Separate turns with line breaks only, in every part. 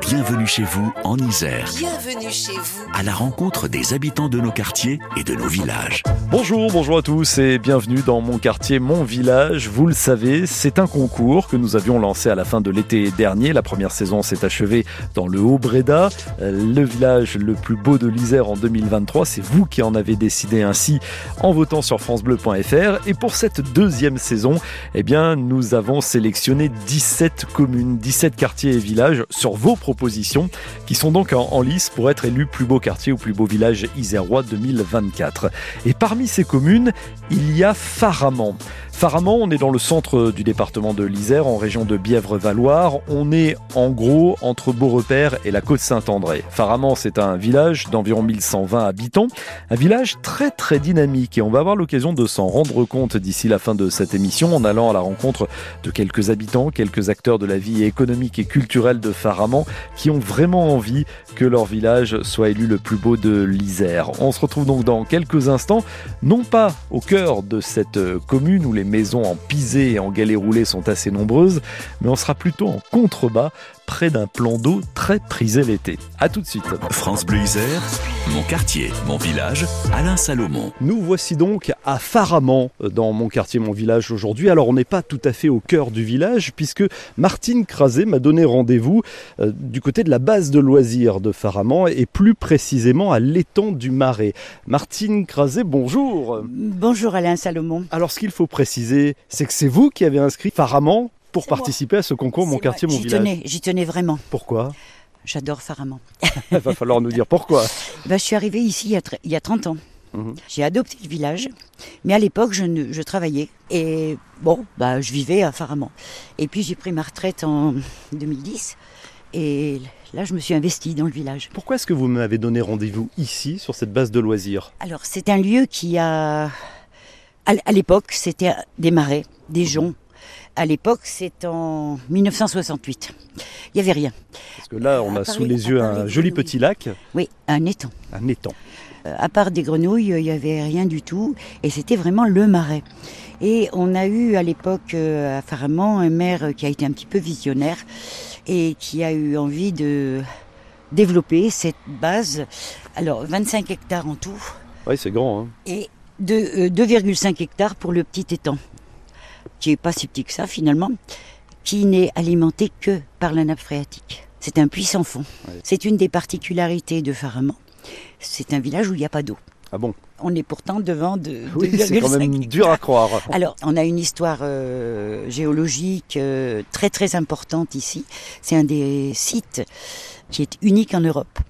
Bienvenue chez vous en Isère,
Bienvenue chez vous.
à la rencontre des habitants de nos quartiers et de nos villages.
Bonjour, bonjour à tous et bienvenue dans mon quartier, mon village. Vous le savez, c'est un concours que nous avions lancé à la fin de l'été dernier. La première saison s'est achevée dans le Haut-Bréda, euh, le village le plus beau de l'Isère en 2023. C'est vous qui en avez décidé ainsi en votant sur francebleu.fr. Et pour cette deuxième saison, eh bien, nous avons sélectionné 17 communes, 17 quartiers et villages sur vos propositions qui sont donc en, en lice pour être élus plus beau quartier ou plus beau village isérois 2024. Et parmi ces communes, il y a Faramand. Faramand, on est dans le centre euh, du département de l'Isère, en région de Bièvre-Valloire. On est en gros entre Beaurepaire et la côte Saint-André. Faramand, c'est un village d'environ 1120 habitants, un village très très dynamique et on va avoir l'occasion de s'en rendre compte d'ici la fin de cette émission en allant à la rencontre de quelques habitants, quelques acteurs de la vie économique et culturelle de Faramand qui ont vraiment envie que leur village soit élu le plus beau de l'Isère. On se retrouve donc dans quelques instants non pas au cœur de cette euh, commune où les maisons en pisé et en galets roulés sont assez nombreuses, mais on sera plutôt en contrebas, près d'un plan d'eau très prisé l'été. A tout de suite.
France Bleu Isère, mon quartier, mon village, Alain Salomon.
Nous voici donc à Faramand, dans mon quartier, mon village aujourd'hui. Alors on n'est pas tout à fait au cœur du village, puisque Martine Crasé m'a donné rendez-vous euh, du côté de la base de loisirs de Faramand, et plus précisément à l'étang du Marais. Martine Crasé, bonjour
Bonjour Alain Salomon.
Alors, ce qu'il faut préciser, c'est que c'est vous qui avez inscrit Faramand pour
C'est moi.
participer à ce concours Mon
C'est
quartier,
moi.
mon
j'y
village.
Tenais, j'y tenais vraiment.
Pourquoi
J'adore Faramand.
Il va falloir nous dire pourquoi.
Ben, je suis arrivée ici il y a, tre- il y a 30 ans.
Mhm.
J'ai adopté le village, mais à l'époque, je, ne- je travaillais. Et bon, bah, je vivais à Faramand. Et puis, j'ai pris ma retraite en 2010. Et là, je me suis investie dans le village.
Pourquoi est-ce que vous m'avez donné rendez-vous ici, sur cette base de loisirs
Alors, c'est un lieu qui a. À l- à l'époque, c'était des marais, des joncs. À l'époque, c'est en 1968. Il n'y avait rien.
Parce que là, on
À
a sous
Paris,
les
à
yeux
Paris,
un
Ah, oui,
joli
oui.
petit lac,
Oui, un étang.
un étang.
Euh, à part des grenouilles, euh, il n'y avait rien du tout. Et c'était vraiment le marais. Et on a eu à l'époque, euh, à Faramand, un maire euh, qui a été un petit peu visionnaire et qui a eu envie de développer cette base. Alors, 25 hectares en tout
Oui, c'est grand. hein.
et de euh, 2,5 hectares pour le petit étang, qui est pas si petit que ça finalement, qui n'est alimenté que par la nappe phréatique. C'est un puits sans fond.
Ouais.
C'est une des particularités de Faramand. C'est un village où il n'y a pas d'eau.
Ah bon
On est pourtant devant de
Oui, c'est quand
2,5
même
hectares.
dur à croire.
Alors, on a une histoire euh, géologique euh, très très importante ici. C'est un des sites qui est unique en Europe.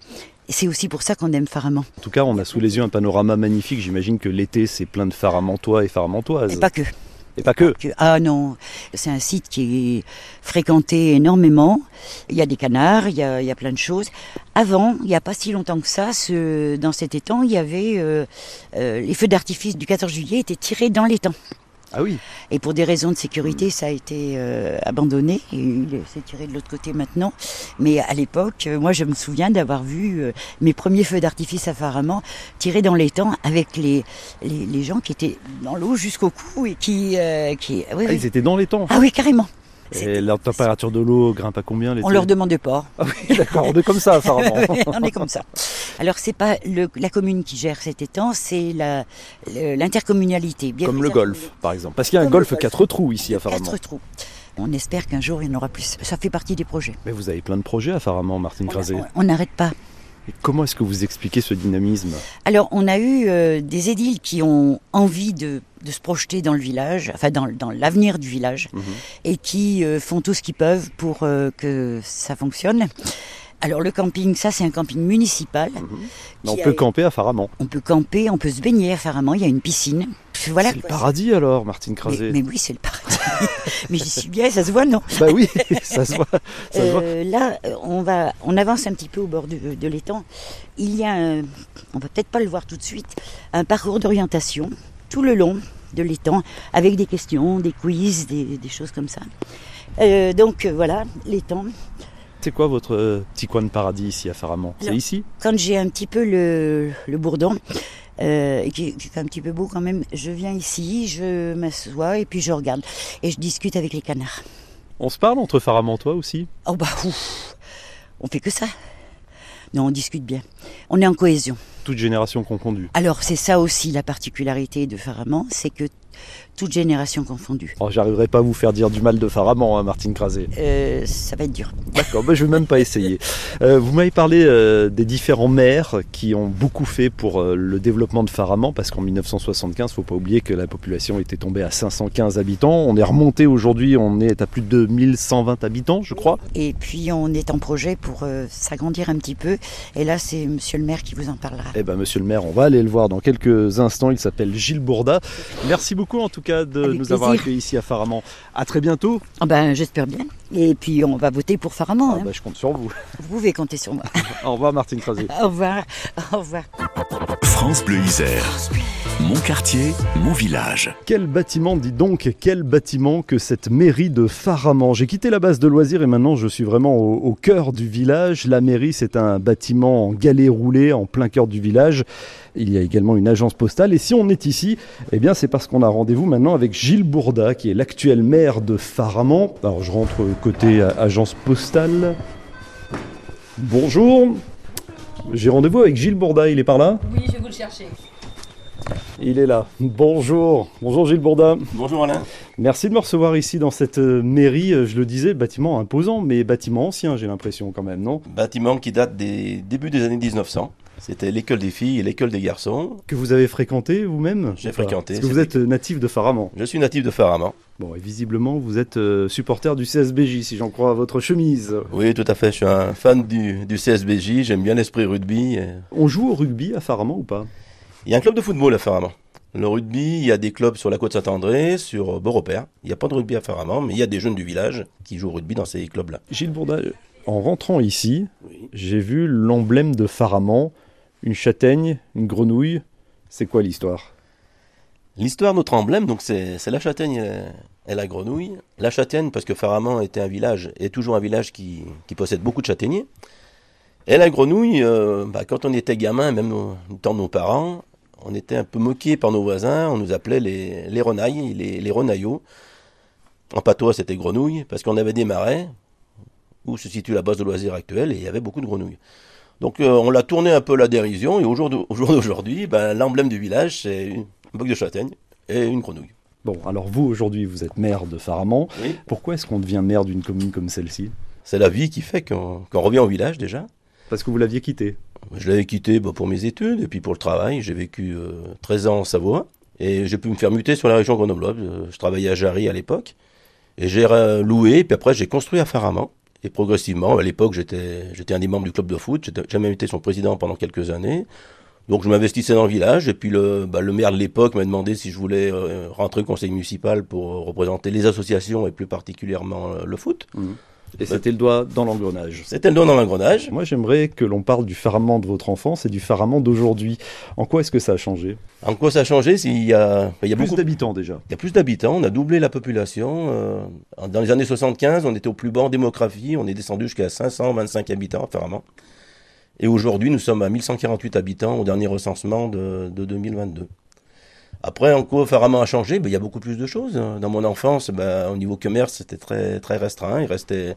Et c'est aussi pour ça qu'on aime Faramand.
En tout cas, on a sous les yeux un panorama magnifique. J'imagine que l'été, c'est plein de faramantois et faramantoises.
Et pas que.
Et pas que.
que- ah non, c'est un site qui est fréquenté énormément. Il y a des canards, il y a, il y a plein de choses. Avant, il n'y a pas si longtemps que ça, ce- dans cet étang, il y avait euh, euh, les feux d'artifice du 14 juillet étaient tirés dans l'étang.
Ah oui
Et pour des raisons de sécurité,
Mm.
ça a été euh, abandonné. Et il s'est tiré de l'autre côté maintenant. Mais à l'époque, euh, moi, je me souviens d'avoir vu euh, mes premiers feux d'artifice à Faramand tirés dans l'étang avec les, les, les gens qui étaient dans l'eau jusqu'au cou et qui... euh, qui oui,
Ah,
oui.
Ils étaient dans l'étang.
Ah oui, carrément.
Et la température de l'eau grimpe à combien l'été
On leur demandait pas.
Oh. D'accord, on est comme ça, apparemment.
On est comme ça. Alors c'est pas le- la commune qui gère cet étang, c'est la- le- l'intercommunalité. Bien
Comme le
sûr,
golf, par exemple. Parce qu'il y a un
Comme le
golf
golf.
4 trous ici, apparemment.
Quatre trous. On espère qu'un jour il y en aura plus. Ça fait partie des projets.
Mais vous avez plein de projets, apparemment, Martine
On-
Crasé.
on- On n'arrête pas.
Et Comment est-ce que vous expliquez ce dynamisme
Alors, on a eu euh, des édiles qui ont envie de, de se projeter dans le village, enfin dans, dans l'avenir du village,
Mhm.
et qui euh, font tout ce qu'ils peuvent pour euh, que ça fonctionne. Alors, le camping, ça, c'est un camping municipal.
On
Qui
peut
a-
camper, apparemment.
On peut camper, on peut se baigner, apparemment, il y a une piscine. Voilà.
C'est le
quoi.
paradis, alors, Martine
mais,
Crasé.
mais oui, c'est le paradis. mais j'y suis bien, ça se voit, non
Bah oui, ça se voit. Ça se voit.
Euh, Là, euh, on va, on avance un petit peu au bord de, de l'étang. Il y a, un- on va peut-être pas le voir tout de suite, un parcours d'orientation tout le long de l'étang avec des questions, des quiz, des, des choses comme ça. Euh, donc euh, voilà, l'étang.
C'est quoi votre euh, petit coin de paradis ici, apparemment C'est
Alors-
ici
Quand j'ai un petit peu le, le bourdon, euh, qui, qui fait un petit peu beau quand même, je viens ici, je m'assois et puis je regarde et je discute avec les canards.
On se parle entre Faramantois aussi
Oh bah ouf on fait que ça. Non, on discute bien. On est en cohésion.
Toute génération confondue.
Alors c'est ça aussi la particularité de Faraman, c'est que toute génération confondue.
Oh, J'arriverai pas à vous faire dire du mal de Faraman, hein, Martine Crasé.
Euh, ça va être dur.
D'accord, bah, je vais même pas essayer. Euh, vous m'avez parlé euh, des différents maires qui ont beaucoup fait pour euh, le développement de Faraman, parce qu'en 1975, faut pas oublier que la population était tombée à 515 habitants. On est remonté aujourd'hui, on est à plus de 2120 habitants, je crois.
Et puis on est en projet pour euh, s'agrandir un petit peu. Et là, c'est Monsieur le maire qui vous en parlera.
Eh ben, monsieur le maire, on va aller le voir dans quelques instants. Il s'appelle Gilles Bourda. Merci beaucoup, en tout cas, de
Avec
nous avoir
plaisir.
accueillis ici à Faraman. À très bientôt.
Ah ben, j'espère bien. Et puis on va voter pour Faraman.
Ah,
hein.
bah, je compte sur vous.
Vous pouvez compter sur moi.
Au revoir, Martine Crasé.
Au revoir. Au revoir.
France Bleu Isère. Mon quartier, mon village.
Quel bâtiment, dis donc, quel bâtiment que cette mairie de Faraman. J'ai quitté la base de loisirs et maintenant je suis vraiment au, au cœur du village. La mairie, c'est un bâtiment en galet roulé, en plein cœur du village. Il y a également une agence postale. Et si on est ici, eh bien, c'est parce qu'on a rendez-vous maintenant avec Gilles Bourda, qui est l'actuel maire de Faraman. Alors, je rentre côté euh, agence postale. Bonjour. J'ai rendez-vous avec Gilles Bourda. Il est par là
Oui, je vais vous le chercher.
Il est là. Bonjour. Bonjour Gilles Bourda.
Bonjour Alain.
Merci de me recevoir ici dans cette euh, mairie, euh, je le disais, bâtiment imposant, mais bâtiment ancien, j'ai l'impression quand même, non
Bâtiment qui date des débuts des années 1900. C'était l'école des filles et l'école des garçons.
Que vous avez fréquenté vous-même
J'ai
ou pas
fréquenté,
Parce que
j'ai
vous êtes euh, natif de Faraman.
Je suis natif de Faraman.
Bon, et visiblement, vous êtes euh, supporter du CSBJ, si j'en crois à votre chemise.
Oui, tout à fait. Je suis un fan du, du CSBJ. J'aime bien l'esprit rugby. euh.
On joue au rugby à Faraman ou pas
Il y a un club de football à Faraman. Le rugby, il y a des clubs sur la côte Saint-André, sur Beaurepaire. Il n'y a pas de rugby à Faraman, mais il y a des jeunes du village qui jouent au rugby dans ces clubs-là.
Gilles Bourda, euh, en rentrant ici, j'ai vu l'emblème de Faraman, une châtaigne, une grenouille. C'est quoi l'histoire
L'histoire de notre emblème, donc c'est c'est la châtaigne et la- et la grenouille. La châtaigne, parce que Faraman était un village, est toujours un village qui, qui possède beaucoup de châtaigniers. Et la grenouille, euh, bah, quand on était gamin, même au au temps de nos parents, on était un peu moqués par nos voisins, on nous appelait les, les renailles, les, les renaillots. En patois, c'était grenouille, parce qu'on avait des marais, où se situe la base de loisirs actuelle, et il y avait beaucoup de grenouilles. Donc euh, on l'a tourné un peu la dérision, et au jour d'au- au jour d'aujourd'hui, ben, l'emblème du village, c'est une- un boc de châtaigne et une grenouille.
Bon, alors vous, aujourd'hui, vous êtes maire de Faraman.
Oui.
Pourquoi est-ce qu'on devient maire d'une commune comme celle-ci
C'est la vie qui fait qu'on qu'on revient au village déjà.
Parce que vous l'aviez quitté.
Je l'avais quitté bah, pour mes études et puis pour le travail. J'ai vécu euh, 13 ans en Savoie et j'ai pu me faire muter sur la région grenobloise. Euh, Je travaillais à Jarry à l'époque et j'ai euh, loué. Puis après, j'ai construit à Faraman. Et progressivement, à l'époque, j'étais j'étais un des membres du club de foot. J'étais- J'ai même été son président pendant quelques années. Donc je m'investissais dans le village et puis le, bah, le maire de l'époque m'a demandé si je voulais euh, rentrer au conseil municipal pour euh, représenter les associations et plus particulièrement euh, le foot.
Mmh.
Bah,
Et c'était le doigt dans l'engrenage.
C'était le don dans l'engrenage.
Moi, j'aimerais que l'on parle du Faraman de votre enfance et du Faraman d'aujourd'hui. En quoi est-ce que ça a changé
En quoi ça a changé s'il y a, il y a
Plus
beaucoup
d'habitants déjà.
Il y a plus d'habitants, on a doublé la population. euh, en- Dans les années 75, on était au plus bas en démographie, on est descendu jusqu'à 525 habitants, apparemment. Et aujourd'hui, nous sommes à 1148 habitants au dernier recensement de, de 2022. Après, en quoi Faraman a changé Ben, Il y a beaucoup plus de choses. Dans mon enfance, ben, au niveau commerce, c'était très, très restreint. Il restait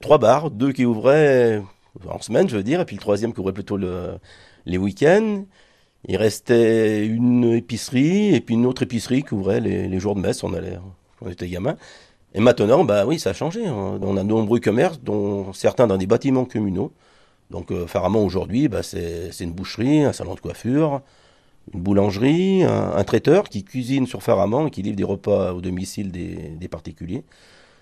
trois bars, deux qui ouvraient en semaine, je veux dire, et puis le troisième qui ouvrait plutôt le- les week-ends. Il restait une épicerie et puis une autre épicerie qui ouvrait les, les jours de messe, on allait, on était gamin. Et maintenant, bah oui, ça a changé. On on a de nombreux commerces, dont certains dans des bâtiments communaux. Donc, euh, Faraman aujourd'hui, bah, c'est c'est une boucherie, un salon de coiffure, une boulangerie, un, un traiteur qui cuisine sur Faraman et qui livre des repas au domicile des, des particuliers.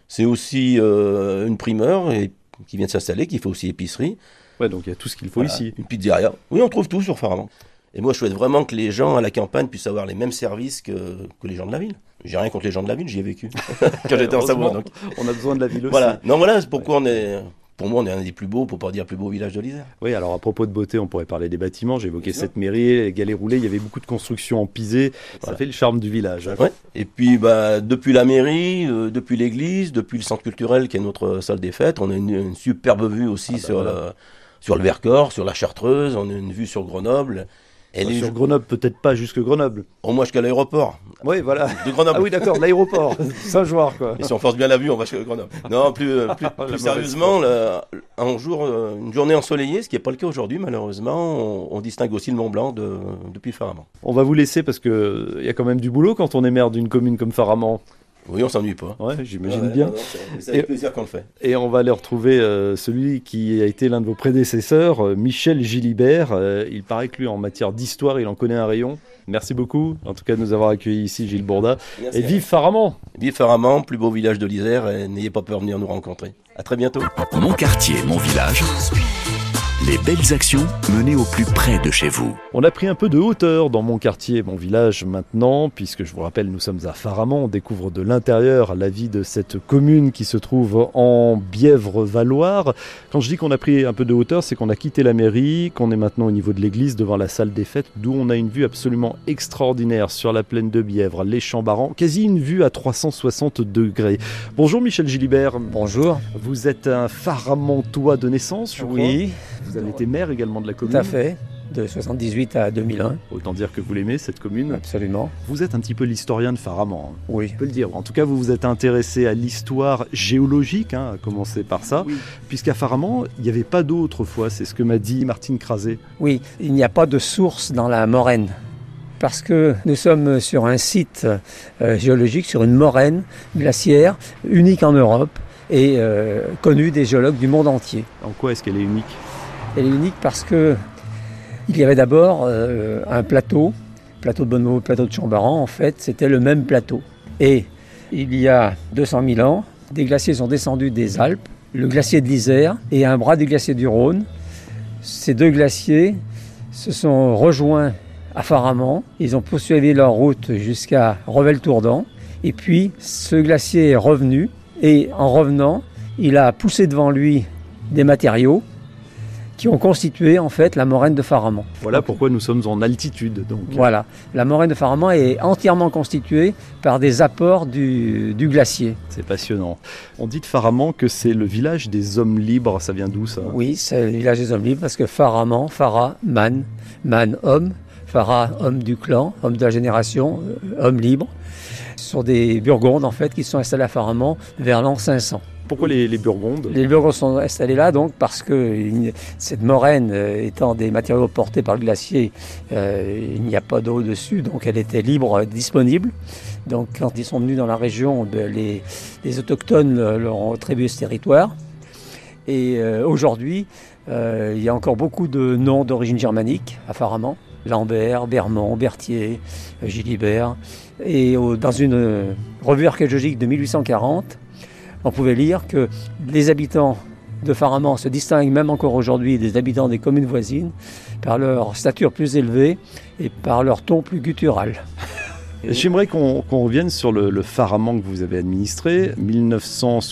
C'est aussi euh, une primeur et- qui vient de s'installer, qui fait aussi épicerie.
Ouais, donc il y a tout ce qu'il faut
Voilà,
ici.
Une pizzeria. Oui, on trouve tout sur Faraman. Et moi, je souhaite vraiment que les gens à la campagne puissent avoir les mêmes services que, que les gens de la ville. J'ai rien contre les gens de la ville, j'y ai vécu quand j'étais en Savoie.
Heureusement,
donc.
On a besoin de la ville aussi.
Voilà. Non, voilà, c'est pourquoi on est. Pour moi, on est un des plus beaux, pour pas dire plus beau village de l'Isère.
Oui, alors à propos de beauté, on pourrait parler des bâtiments. J'évoquais
Bien sûr.
cette mairie, les galets roulés, il y avait beaucoup de constructions en pisé. Ça
Voilà.
fait le charme du village. hein.
Ouais. Et puis, bah, depuis la mairie, euh, depuis l'église, depuis le centre culturel qui est notre euh, salle des fêtes, on a une, une superbe vue aussi sur,
Ah bah voilà.
euh, sur le Vercors, sur la Chartreuse, on a une vue sur Grenoble. Elle est
Bah, Sur Grenoble, peut-être pas jusque Grenoble.
au moins jusqu'à l'aéroport
Oui, voilà.
de Grenoble.
Ah oui, d'accord, l'aéroport, Saint-Jouard, quoi. Ah,
Et si on force bien la vue, on va chez Grenoble. Non, plus, euh, plus, plus
mauvaise
sérieusement, le- un jour, euh, une journée ensoleillée, ce qui n'est pas le cas aujourd'hui, malheureusement, on, on distingue aussi le Mont Blanc de, depuis Faramand.
On va vous laisser parce que euh, il y a quand même du boulot quand on est maire d'une commune comme Faramand.
Oui, on s'ennuie pas.
Ouais, j'imagine
Ouais,
bien.
non, non, c'est c'est avec
Et-
plaisir qu'on le fait.
Et on va aller retrouver euh, celui qui a été l'un de vos prédécesseurs, euh, Michel Gilibert. Euh, il paraît que lui, en matière d'histoire, il en connaît un rayon. Merci beaucoup, en tout cas, de nous avoir accueillis ici, Gilles Bourda. Et vive Faramand
Vive Faramand, hein. plus beau village de l'Isère, et n'ayez pas peur de venir nous rencontrer. À très bientôt.
Mon quartier, mon village. Les belles actions menées au plus près de chez vous.
On a pris un peu de hauteur dans mon quartier, mon village maintenant, puisque je vous rappelle, nous sommes à Faramand. On découvre de l'intérieur la vie de cette commune qui se trouve en Bièvre-Valloire. Quand je dis qu'on a pris un peu de hauteur, c'est qu'on a quitté la mairie, qu'on est maintenant au niveau de l'église devant la salle des fêtes, d'où on a une vue absolument extraordinaire sur la plaine de Bièvre, les Chambarans, quasi une vue à 360 degrés. Bonjour Michel Gilibert.
Bonjour.
Vous êtes un Faramontois de naissance, je crois.
Oui,
Vous avez été maire également de la
tout
commune.
à fait. De 78 à 2001,
Autant dire que vous l'aimez, cette commune.
absolument.
Vous êtes un petit peu l'historien de Faramand, hein.
Oui.
on peut le dire. En tout cas, vous vous êtes intéressé à l'histoire géologique, hein, à commencer par ça, puisqu'à Faramand, il n'y avait pas d'eau autrefois, c'est ce que m'a dit Martine Crasé.
Oui, il n'y a pas de source dans la moraine. Parce que nous sommes sur un site euh, géologique, sur une moraine glaciaire, unique en Europe et euh, connue des géologues du monde entier.
En quoi est-ce qu'elle est unique
Elle est unique parce que il y avait d'abord euh, un plateau, plateau de Bonneau, plateau de Chambaran, en fait, c'était le même plateau. Et il y a 200 000 ans, des glaciers sont descendus des Alpes, le glacier de l'Isère et un bras du glacier du Rhône. Ces deux glaciers se sont rejoints à Faramand, ils ont poursuivi leur route jusqu'à Revel-Tourdan, et puis ce glacier est revenu, et en revenant, il a poussé devant lui des matériaux qui ont constitué en fait la moraine de Faramand.
Voilà pourquoi nous sommes en altitude, donc.
Voilà, la moraine de Faramand est entièrement constituée par des apports du, du glacier.
C'est passionnant. On dit de Faramand que c'est le village des hommes libres, ça vient d'où ça
Oui, c'est le village des hommes libres parce que Faramand, Farah, man, man, homme, Farah, homme du clan, homme de la génération, euh, homme libre. Ce sont des Burgondes en fait qui se sont installés à Faramand vers l'an 500.
Pourquoi les, les Burgondes
Les Burgondes sont installés là donc parce que il- cette moraine euh, étant des matériaux portés par le glacier, euh, il n'y a pas d'eau dessus, donc elle était libre, euh, disponible. Donc quand ils sont venus dans la région, ben, les, les autochtones euh, leur ont attribué ce territoire. Et euh, aujourd'hui, euh, il y a encore beaucoup de noms d'origine germanique, apparemment. Lambert, Bermond, Berthier, euh, Gilibert. Et au- dans une euh, revue archéologique de 1840, on pouvait lire que les habitants de Faramand se distinguent même encore aujourd'hui des habitants des communes voisines par leur stature plus élevée et par leur ton plus guttural.
J'aimerais qu'on qu'on revienne sur le, le Faramand que vous avez administré.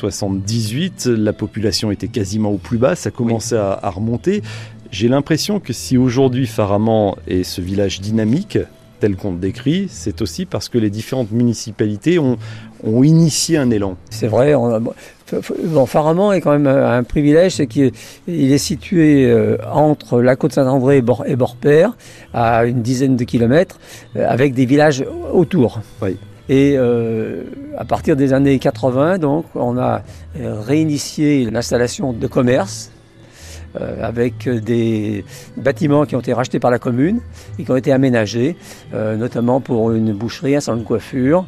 1978, la population était quasiment au plus bas, ça commençait à, à remonter. J'ai l'impression que si aujourd'hui Faramand est ce village dynamique, tel qu'on le décrit, c'est aussi parce que les différentes municipalités ont, ont initié un élan.
C'est vrai. On a- bon, Faramand est quand même euh, un un privilège, c'est qu'il est- il est situé euh, entre la côte Saint-André et, Bor et Borpère, à une dizaine de kilomètres, euh, avec des villages autour.
Oui.
Et euh, à partir des années 80, donc, on a euh, réinitié l'installation de commerces euh, avec des bâtiments qui ont été rachetés par la commune et qui ont été aménagés, euh, notamment pour une boucherie, un salon de coiffure,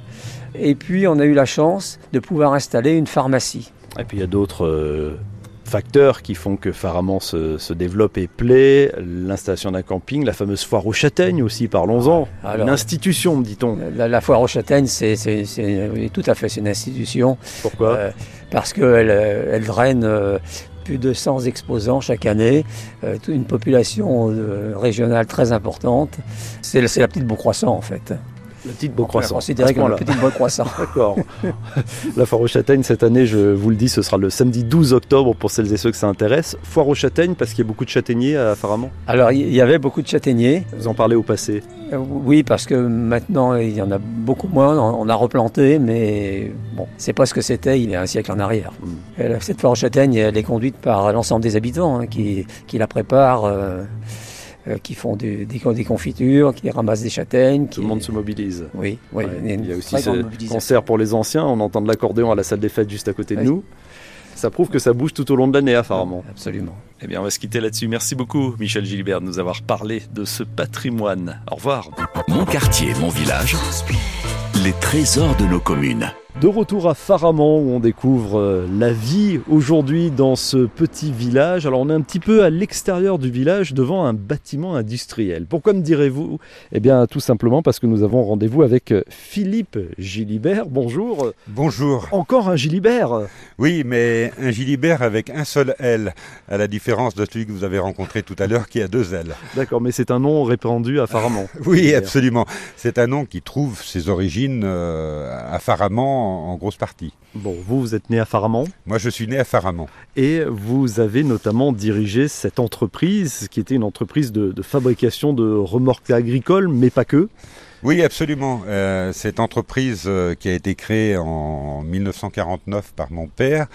et puis, on a eu la chance de pouvoir installer une pharmacie.
Et puis il y a d'autres euh, facteurs qui font que Faramand se, se développe et plaît. L'installation d'un camping, la fameuse foire aux châtaignes aussi, parlons-en.
Alors-
Une institution, me dit-on.
La, la foire aux châtaignes, c'est c'est- c'est- oui, tout à fait c'est une institution
Pourquoi
euh, parce qu'elle elle draine euh, plus de 100 exposants chaque année, euh, toute une population euh, régionale très importante. C'est le- c'est la petite boue croissant en fait.
La petite beau
On peut la
croissant.
considérer
à ce
comme la
point-là.
petite boue croissant.
D'accord. la foire aux châtaignes, cette année, je vous le dis, ce sera le samedi 12 octobre pour celles et ceux que ça intéresse. Foire aux châtaignes, parce qu'il y a beaucoup de châtaigniers à Faramand.
Alors il y avait beaucoup de châtaigniers.
Vous en parlez au passé.
Euh, Oui, parce que maintenant, il y en a beaucoup moins. On on a replanté, mais bon, c'est pas ce que c'était il y a un siècle en arrière.
Mm.
Euh, Cette foire aux châtaignes, elle est conduite par l'ensemble des habitants hein, qui, qui la préparent. euh, euh, qui font du- des, des confitures, qui ramassent des châtaignes.
Tout
qui-
le monde se mobilise.
Oui, oui,
Ouais,
y a une
il y a aussi
très grande
ce
mobilisation.
concert pour les anciens, on entend de l'accordéon à la salle des fêtes juste à côté de
Ouais.
nous. Ça prouve que ça bouge tout au long de l'année apparemment.
Absolument.
Eh bien on va se quitter là-dessus. Merci beaucoup Michel Gilbert de nous avoir parlé de ce patrimoine. Au revoir.
Mon quartier, mon village, les trésors de nos communes.
De retour à Faramond où on découvre euh, la vie aujourd'hui dans ce petit village. Alors on est un petit peu à l'extérieur du village devant un bâtiment industriel. Pourquoi me direz-vous Eh bien tout simplement parce que nous avons rendez-vous avec euh, Philippe Gilibert. Bonjour.
Bonjour.
Encore un Gilibert.
Oui, mais un Gilibert avec un seul L, à la différence de celui que vous avez rencontré tout à l'heure qui a deux L.
D'accord, mais c'est un nom répandu apparemment.
Oui,
Gilibert.
absolument. C'est un nom qui trouve ses origines euh, à Faramand en, en grosse partie.
Bon, vous, vous êtes né à Faramont
Moi, je suis né à Faramand.
et vous avez notamment dirigé cette entreprise qui était une entreprise de, de fabrication de remorques agricoles, mais pas que.
Oui, absolument. Euh, cette entreprise euh, qui a été créée en 1949 par mon père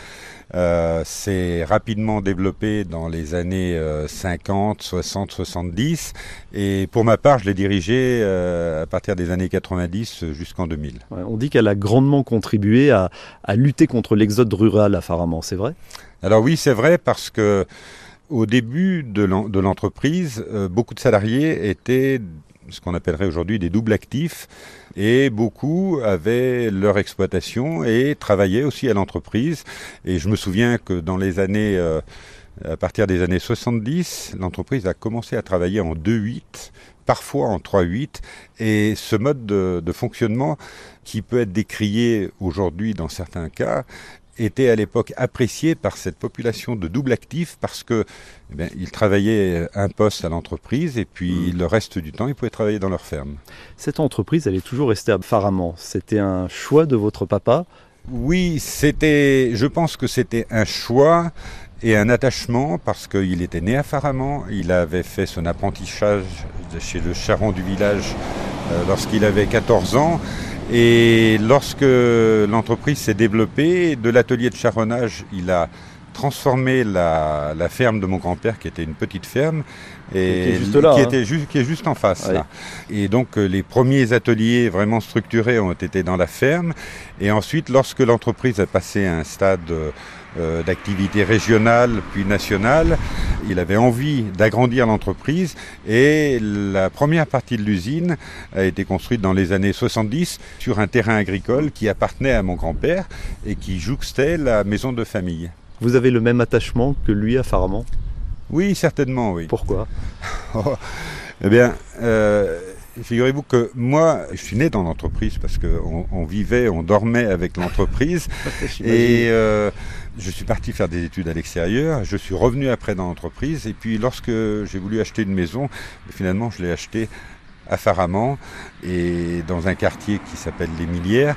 euh, s'est rapidement développée dans les années euh, 50, 60, 70. Et pour ma part, je l'ai dirigée euh, à partir des années 90 jusqu'en 2000.
Ouais, on dit qu'elle a grandement contribué à, à lutter contre l'exode rural apparemment, c'est vrai
Alors oui, c'est vrai parce que au début de l'en- de l'entreprise, euh, beaucoup de salariés étaient ce qu'on appellerait aujourd'hui des doubles actifs et beaucoup avaient leur exploitation et travaillaient aussi à l'entreprise et je me souviens que dans les années euh, à partir des années 70, l'entreprise a commencé à travailler en 2-8, parfois en 3-8, et ce mode de, de fonctionnement, qui peut être décrié aujourd'hui dans certains cas, était à l'époque apprécié par cette population de double actifs parce que eh bien, ils travaillaient un poste à l'entreprise et puis le reste du temps ils pouvaient travailler dans leur ferme.
Cette entreprise, elle est toujours restée à Faramont. C'était un choix de votre papa.
Oui, c'était, je pense que c'était un choix et un attachement parce qu'il était né à Faramand, il avait fait son apprentissage de chez le charron du village euh, lorsqu'il avait 14 ans. Et lorsque l'entreprise s'est développée, de l'atelier de charronnage, il a transformé la, la ferme de mon grand-père, qui était une petite ferme, et
Qui est juste là,
qui
hein.
était ju- qui est juste en face.
Ouais.
là. Et donc euh, les premiers ateliers vraiment structurés ont été dans la ferme. Et ensuite, lorsque l'entreprise a passé à un stade euh, euh, d'activité régionale puis nationale, il avait envie d'agrandir l'entreprise et la première partie de l'usine a été construite dans les années 70 sur un terrain agricole qui appartenait à mon grand-père et qui jouxtait la maison de famille.
Vous avez le même attachement que lui à Faramont.
Oui, certainement, oui.
Pourquoi
Eh bien, euh, figurez-vous que moi, je suis né dans l'entreprise parce qu'on on vivait, on dormait avec l'entreprise. Et euh, je suis parti faire des études à l'extérieur. Je suis revenu après dans l'entreprise. Et puis lorsque j'ai voulu acheter une maison, finalement, je l'ai achetée à Faramand et dans un quartier qui s'appelle Les Millières.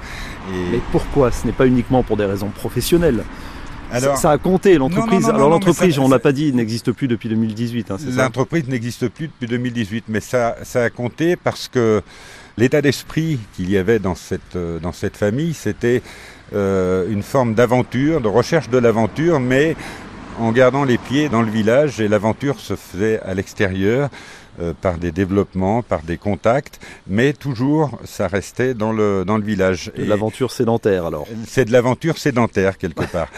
Et
Mais pourquoi Ce n'est pas uniquement pour des raisons professionnelles. ça, ça a compté l'entreprise.
Non, non, non,
Alors
non, mais
l'entreprise,
ça-
on l'a
ça-
pas dit, n'existe plus depuis 2018. hein, c'est ça
L'entreprise n'existe plus depuis 2018, mais ça, ça a compté parce que l'état d'esprit qu'il y avait dans cette, euh, dans cette famille, c'était euh, une forme d'aventure, de recherche de l'aventure, mais en gardant les pieds dans le village, et l'aventure se faisait à l'extérieur. euh, par des développements, par des contacts, mais toujours ça restait dans le, dans le village.
De
Et
L'aventure sédentaire alors.
C'est de l'aventure sédentaire quelque part.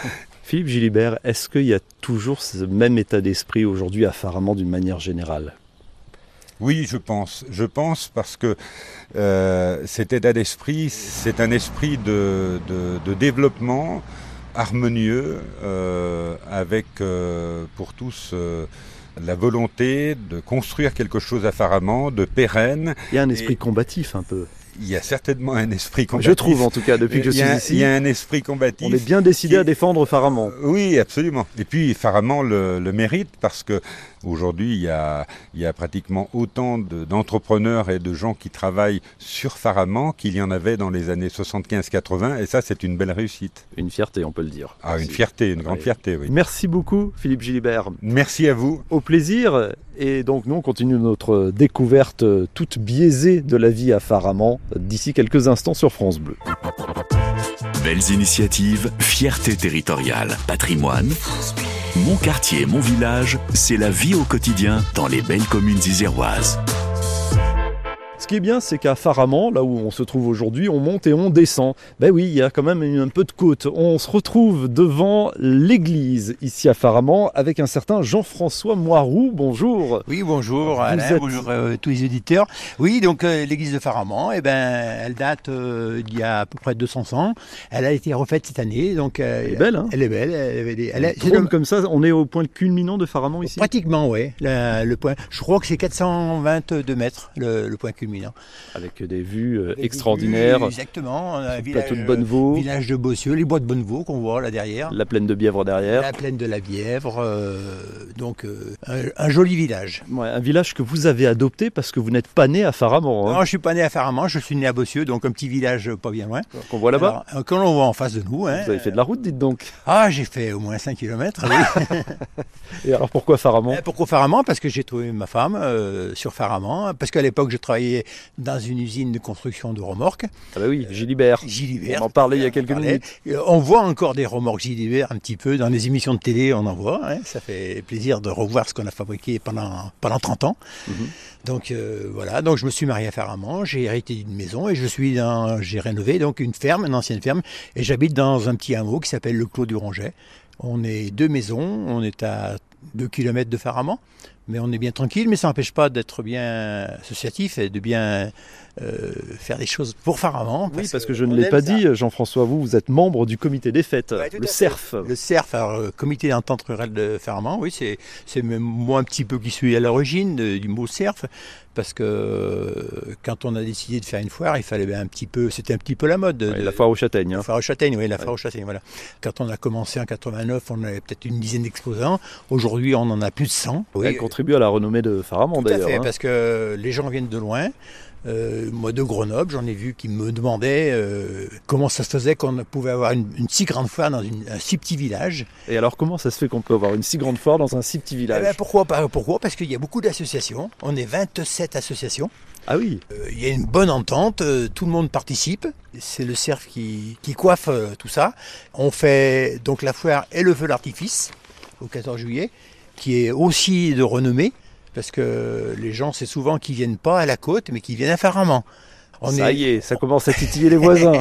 Philippe Gilibert, est-ce qu'il y a toujours ce même état d'esprit aujourd'hui à Faramand d'une manière générale
Oui, je pense. Je pense parce que euh, cet état d'esprit, c'est un esprit de, de- de développement harmonieux euh, avec euh, pour tous euh, la volonté de construire quelque chose apparemment, de pérenne.
Il y a un esprit
Et-
combatif un peu.
Il y a certainement un esprit combatif.
Je trouve en tout cas depuis que je
Il y
suis
a-
ici.
Il y a un esprit combatif.
On est bien décidé à
Et-
défendre Faramond.
Oui, absolument. Et puis, Faramand le, le mérite parce que aujourd'hui, il y a, il y a pratiquement autant de- d'entrepreneurs et de gens qui travaillent sur Faramand qu'il y en avait dans les années 75-80. Et ça, c'est une belle réussite.
Une fierté, on peut le dire.
Ah, une
Si.
fierté, une grande
Oui.
fierté, oui.
Merci beaucoup Philippe Gilibert.
Merci à vous.
Au plaisir. Et donc nous, on continue notre découverte euh, toute biaisée de la vie à Faramand euh, d'ici quelques instants sur France Bleu.
Belles initiatives, fierté territoriale, patrimoine. Mon quartier, mon village, c'est la vie au quotidien dans les belles communes iséroises.
Ce qui est bien, c'est qu'à Faraman, là où on se trouve aujourd'hui, on monte et on descend. Ben oui, il y a quand même un peu de côte. On se retrouve devant l'église, ici à Faraman, avec un certain Jean-François Moiroux. Bonjour.
Oui, bonjour Alain,
êtes-
bonjour euh, tous les auditeurs. Oui, donc euh, l'église de Faraman, eh ben, elle date euh, d'il y a à peu près 200 ans. Elle a été refaite cette année, donc euh,
Elle est belle, hein
Elle est belle. Elle avait des- elle a-
On
c'est
trône
le-
comme ça, on est au point culminant de Faraman ici.
pratiquement, oui. le point, je crois que c'est 422 mètres le, le point culminant.
Avec des vues euh, extraordinaires,
Exactement. on a un
le
village, euh,
plateau de Bonnevaux,
village de Bossieux, les bois de Bonnevaux qu'on voit là derrière.
la plaine de Bièvre derrière.
La plaine de la Bièvre, euh, donc euh, un- un joli village.
Ouais, un village que vous avez adopté parce que vous n'êtes pas né à Faraman, hein,
Non, je suis pas né à Faraman, je suis né à Bossieux, donc un petit village euh, pas bien loin.
qu'on voit là-bas.
Alors, euh, que l'on voit en face de nous. hein.
Vous avez fait de Ah, la route, dites donc.
Ah, j'ai fait au moins 5 km. Oui.
Et alors pourquoi Faraman
Euh, Pourquoi Faraman Parce que j'ai trouvé ma femme euh, sur Faraman. Parce qu'à l'époque, je travaillais dans une usine de construction de remorques,
Ah bah oui, Gilibert.
Gilibert.
On en parlait il y a quelques
parlait.
minutes.
Et On voit encore des remorques Gilibert un petit peu dans les émissions de télé, on en voit. hein. Ça fait plaisir de revoir ce qu'on a fabriqué pendant, pendant 30 ans.
Mhm.
Donc euh, voilà, donc je me suis marié à Faraman, j'ai hérité d'une maison et je suis dans, j'ai rénové donc une ferme, une ancienne ferme, et j'habite dans un petit hameau qui s'appelle le Clos du Ronget. On est deux maisons, on est à 2 km de Faraman, mais on est bien tranquille, mais ça n'empêche pas d'être bien associatif et de bien euh, faire des choses pour Faraman.
Oui, parce que je
on
ne l'ai
aime
pas
ça.
dit, Jean-François, vous, vous êtes membre du comité des fêtes,
Ouais, tout
le
à fait.
CERF.
Le CERF, alors, euh, Comité d'entente rurale de Fermant, oui, c'est c'est même moi un petit peu qui suis à l'origine de- du mot CERF, parce que euh, quand on a décidé de faire une foire, il fallait bien un petit peu, c'était un petit peu la mode. de-
Ouais, la foire aux châtaignes. hein.
la foire aux châtaignes, oui, la foire aux châtaignes, voilà. Quand on a commencé en 89, on avait peut-être une dizaine d'exposants. Aujourd'hui, on en a plus de 100.
Elle contribue à la renommée de Faraman,
Tout à
d'ailleurs.
fait,
hein.
parce que les gens viennent de loin. Euh, moi, de Grenoble, j'en ai vu qui me demandaient euh, comment ça se faisait qu'on pouvait avoir une, une si grande foire dans une- un si petit village.
hein. Et alors, comment ça se fait qu'on peut avoir une si grande foire dans un si petit
Eh
village
ben, pourquoi pas Pourquoi Parce qu'il y a beaucoup d'associations. On est 27 associations.
Ah oui,
Euh, il y a une bonne entente. euh, tout le monde participe. C'est le CERF qui, qui coiffe euh, tout ça. On fait donc la foire et le feu d'artifice au 14 juillet, qui est aussi de renommée. Parce que les gens, c'est souvent qu'ils viennent pas à la côte, mais qu'ils viennent à Faraman. On
ça
est-
y est, ça commence à titiller les voisins.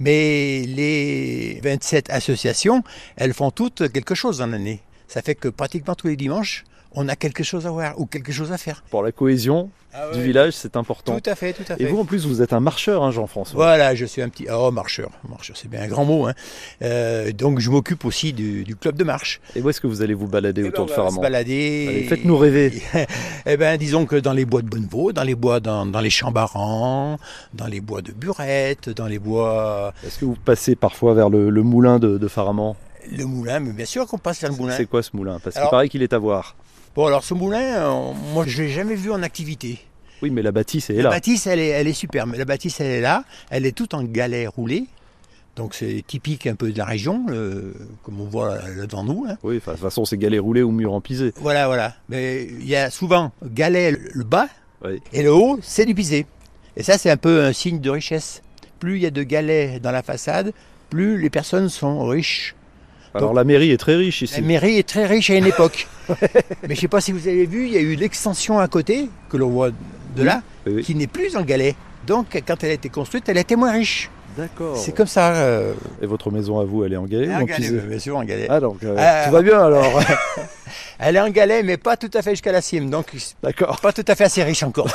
mais les 27 associations, elles font toutes quelque chose dans l'année. Ça fait que pratiquement tous les dimanches, on a quelque chose à voir ou quelque chose à faire.
Pour la cohésion Ah du village, c'est important.
Tout à fait, tout à fait.
Et vous, en plus, vous êtes un marcheur, hein, Jean-François.
voilà, je suis un petit... Oh, marcheur, marcheur, c'est bien un grand mot. hein. Euh, donc, je m'occupe aussi du, du club de marche.
Et où est-ce que vous allez vous balader
Eh ben,
autour
on
de
va se
Faraman
balader.
Allez, faites-nous rêver.
Eh ben, disons que dans les bois de Bonnevaux, dans les bois, dans, dans les Chambarans, dans les bois de Burette, dans les bois...
Est-ce que vous passez parfois vers le, le moulin de, de Faraman
Le moulin, mais bien sûr qu'on passe vers le moulin.
C'est quoi ce moulin Parce qu'il
Alors-
paraît qu'il est à voir.
Bon, alors ce moulin, euh, moi je l'ai jamais vu en activité.
Oui, mais la bâtisse est
la
là.
bâtisse, elle est, elle est superbe. La bâtisse, elle est là. Elle est toute en galets roulés. Donc c'est typique un peu de la région, euh, comme on voit là, là devant nous. hein.
Oui, enfin, de toute façon, c'est galet roulé ou mur empisé.
Voilà, voilà. Mais il y a souvent galets le bas
Oui.
et le haut, c'est du pisé. Et ça, c'est un peu un signe de richesse. Plus il y a de galets dans la façade, plus les personnes sont riches.
Alors, la mairie est très riche ici.
La mairie est très riche à une époque. Mais je ne sais pas si vous avez vu, il y a eu l'extension à côté, que l'on voit de là,
Oui, oui.
qui n'est plus dans le galet. Donc, quand elle a été construite, elle était moins riche.
D'accord.
C'est comme ça. euh,
Et votre maison à vous, elle est en galet ou
en
Oh. en
galet,
pisé
bien sûr, en galet.
Ah donc, euh,
Ah,
tout va bien alors.
Elle est en galet, mais pas tout à fait jusqu'à la cime. Donc, c'est
D'accord.
pas tout à fait assez riche encore.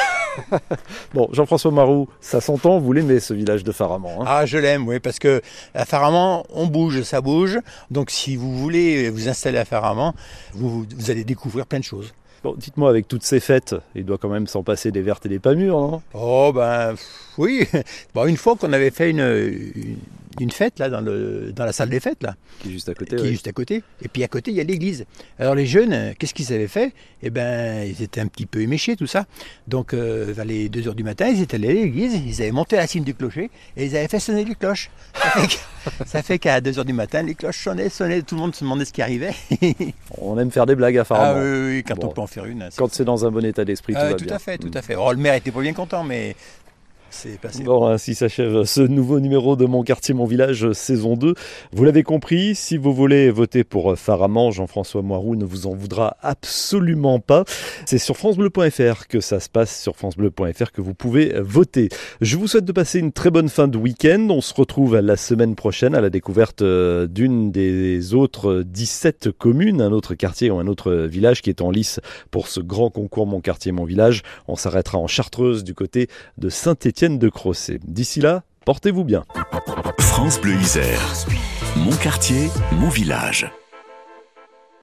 Bon, Jean-François Marou, ça s'entend, vous l'aimez ce village de Faraman. hein
Ah, je l'aime, oui, parce que à Faraman, on bouge, ça bouge. Donc, si vous voulez vous installer à Faraman, vous, vous allez découvrir plein de choses.
bon, dites-moi, avec toutes ces fêtes, il doit quand même s'en passer des vertes et des pas mûres, non
Oh, ben, pff, oui. Bon, une fois qu'on avait fait une, une, une fête, là, dans, le, dans la salle des fêtes, là,
Qui est juste à côté.
qui
ouais.
est juste à côté. Et puis à côté, il y a l'église. Alors les jeunes, euh, qu'est-ce qu'ils avaient fait Eh ben, ils étaient un petit peu éméchés, tout ça. Donc euh, vers les 2 heures du matin, ils étaient allés à l'église, ils avaient monté à la cime du clocher et ils avaient fait sonner les cloches. Ça fait que- Ça fait qu'à 2 heures du matin, les cloches sonnaient, sonnaient, tout le monde se demandait ce qui arrivait.
On aime faire des blagues à
Ah
Faraman.
oui, oui, oui, quand
Bon.
on peut en faire une. hein, c'est-
Quand c'est dans un bon état d'esprit, tout
Ah,
va
tout
bien.
à fait, tout
Mm.
à fait. Oh, le maire était pas bien content, mais C'est passé.
Bon, ainsi s'achève ce nouveau numéro de Mon quartier, mon village, saison 2. Vous l'avez compris, si vous voulez voter pour Faraman, Jean-François Moiroux ne vous en voudra absolument pas. C'est sur FranceBleu.fr que ça se passe, sur FranceBleu.fr que vous pouvez euh, voter. Je vous souhaite de passer une très bonne fin de week-end. On se retrouve la semaine prochaine à la découverte euh, d'une des autres 17 communes, un autre quartier ou un autre village qui est en lice pour ce grand concours Mon quartier, mon village. On s'arrêtera en Chartreuse du côté de Saint-Étienne de Crocé. D'ici là, portez-vous bien.
France Bleu Isère. Mon quartier, mon village.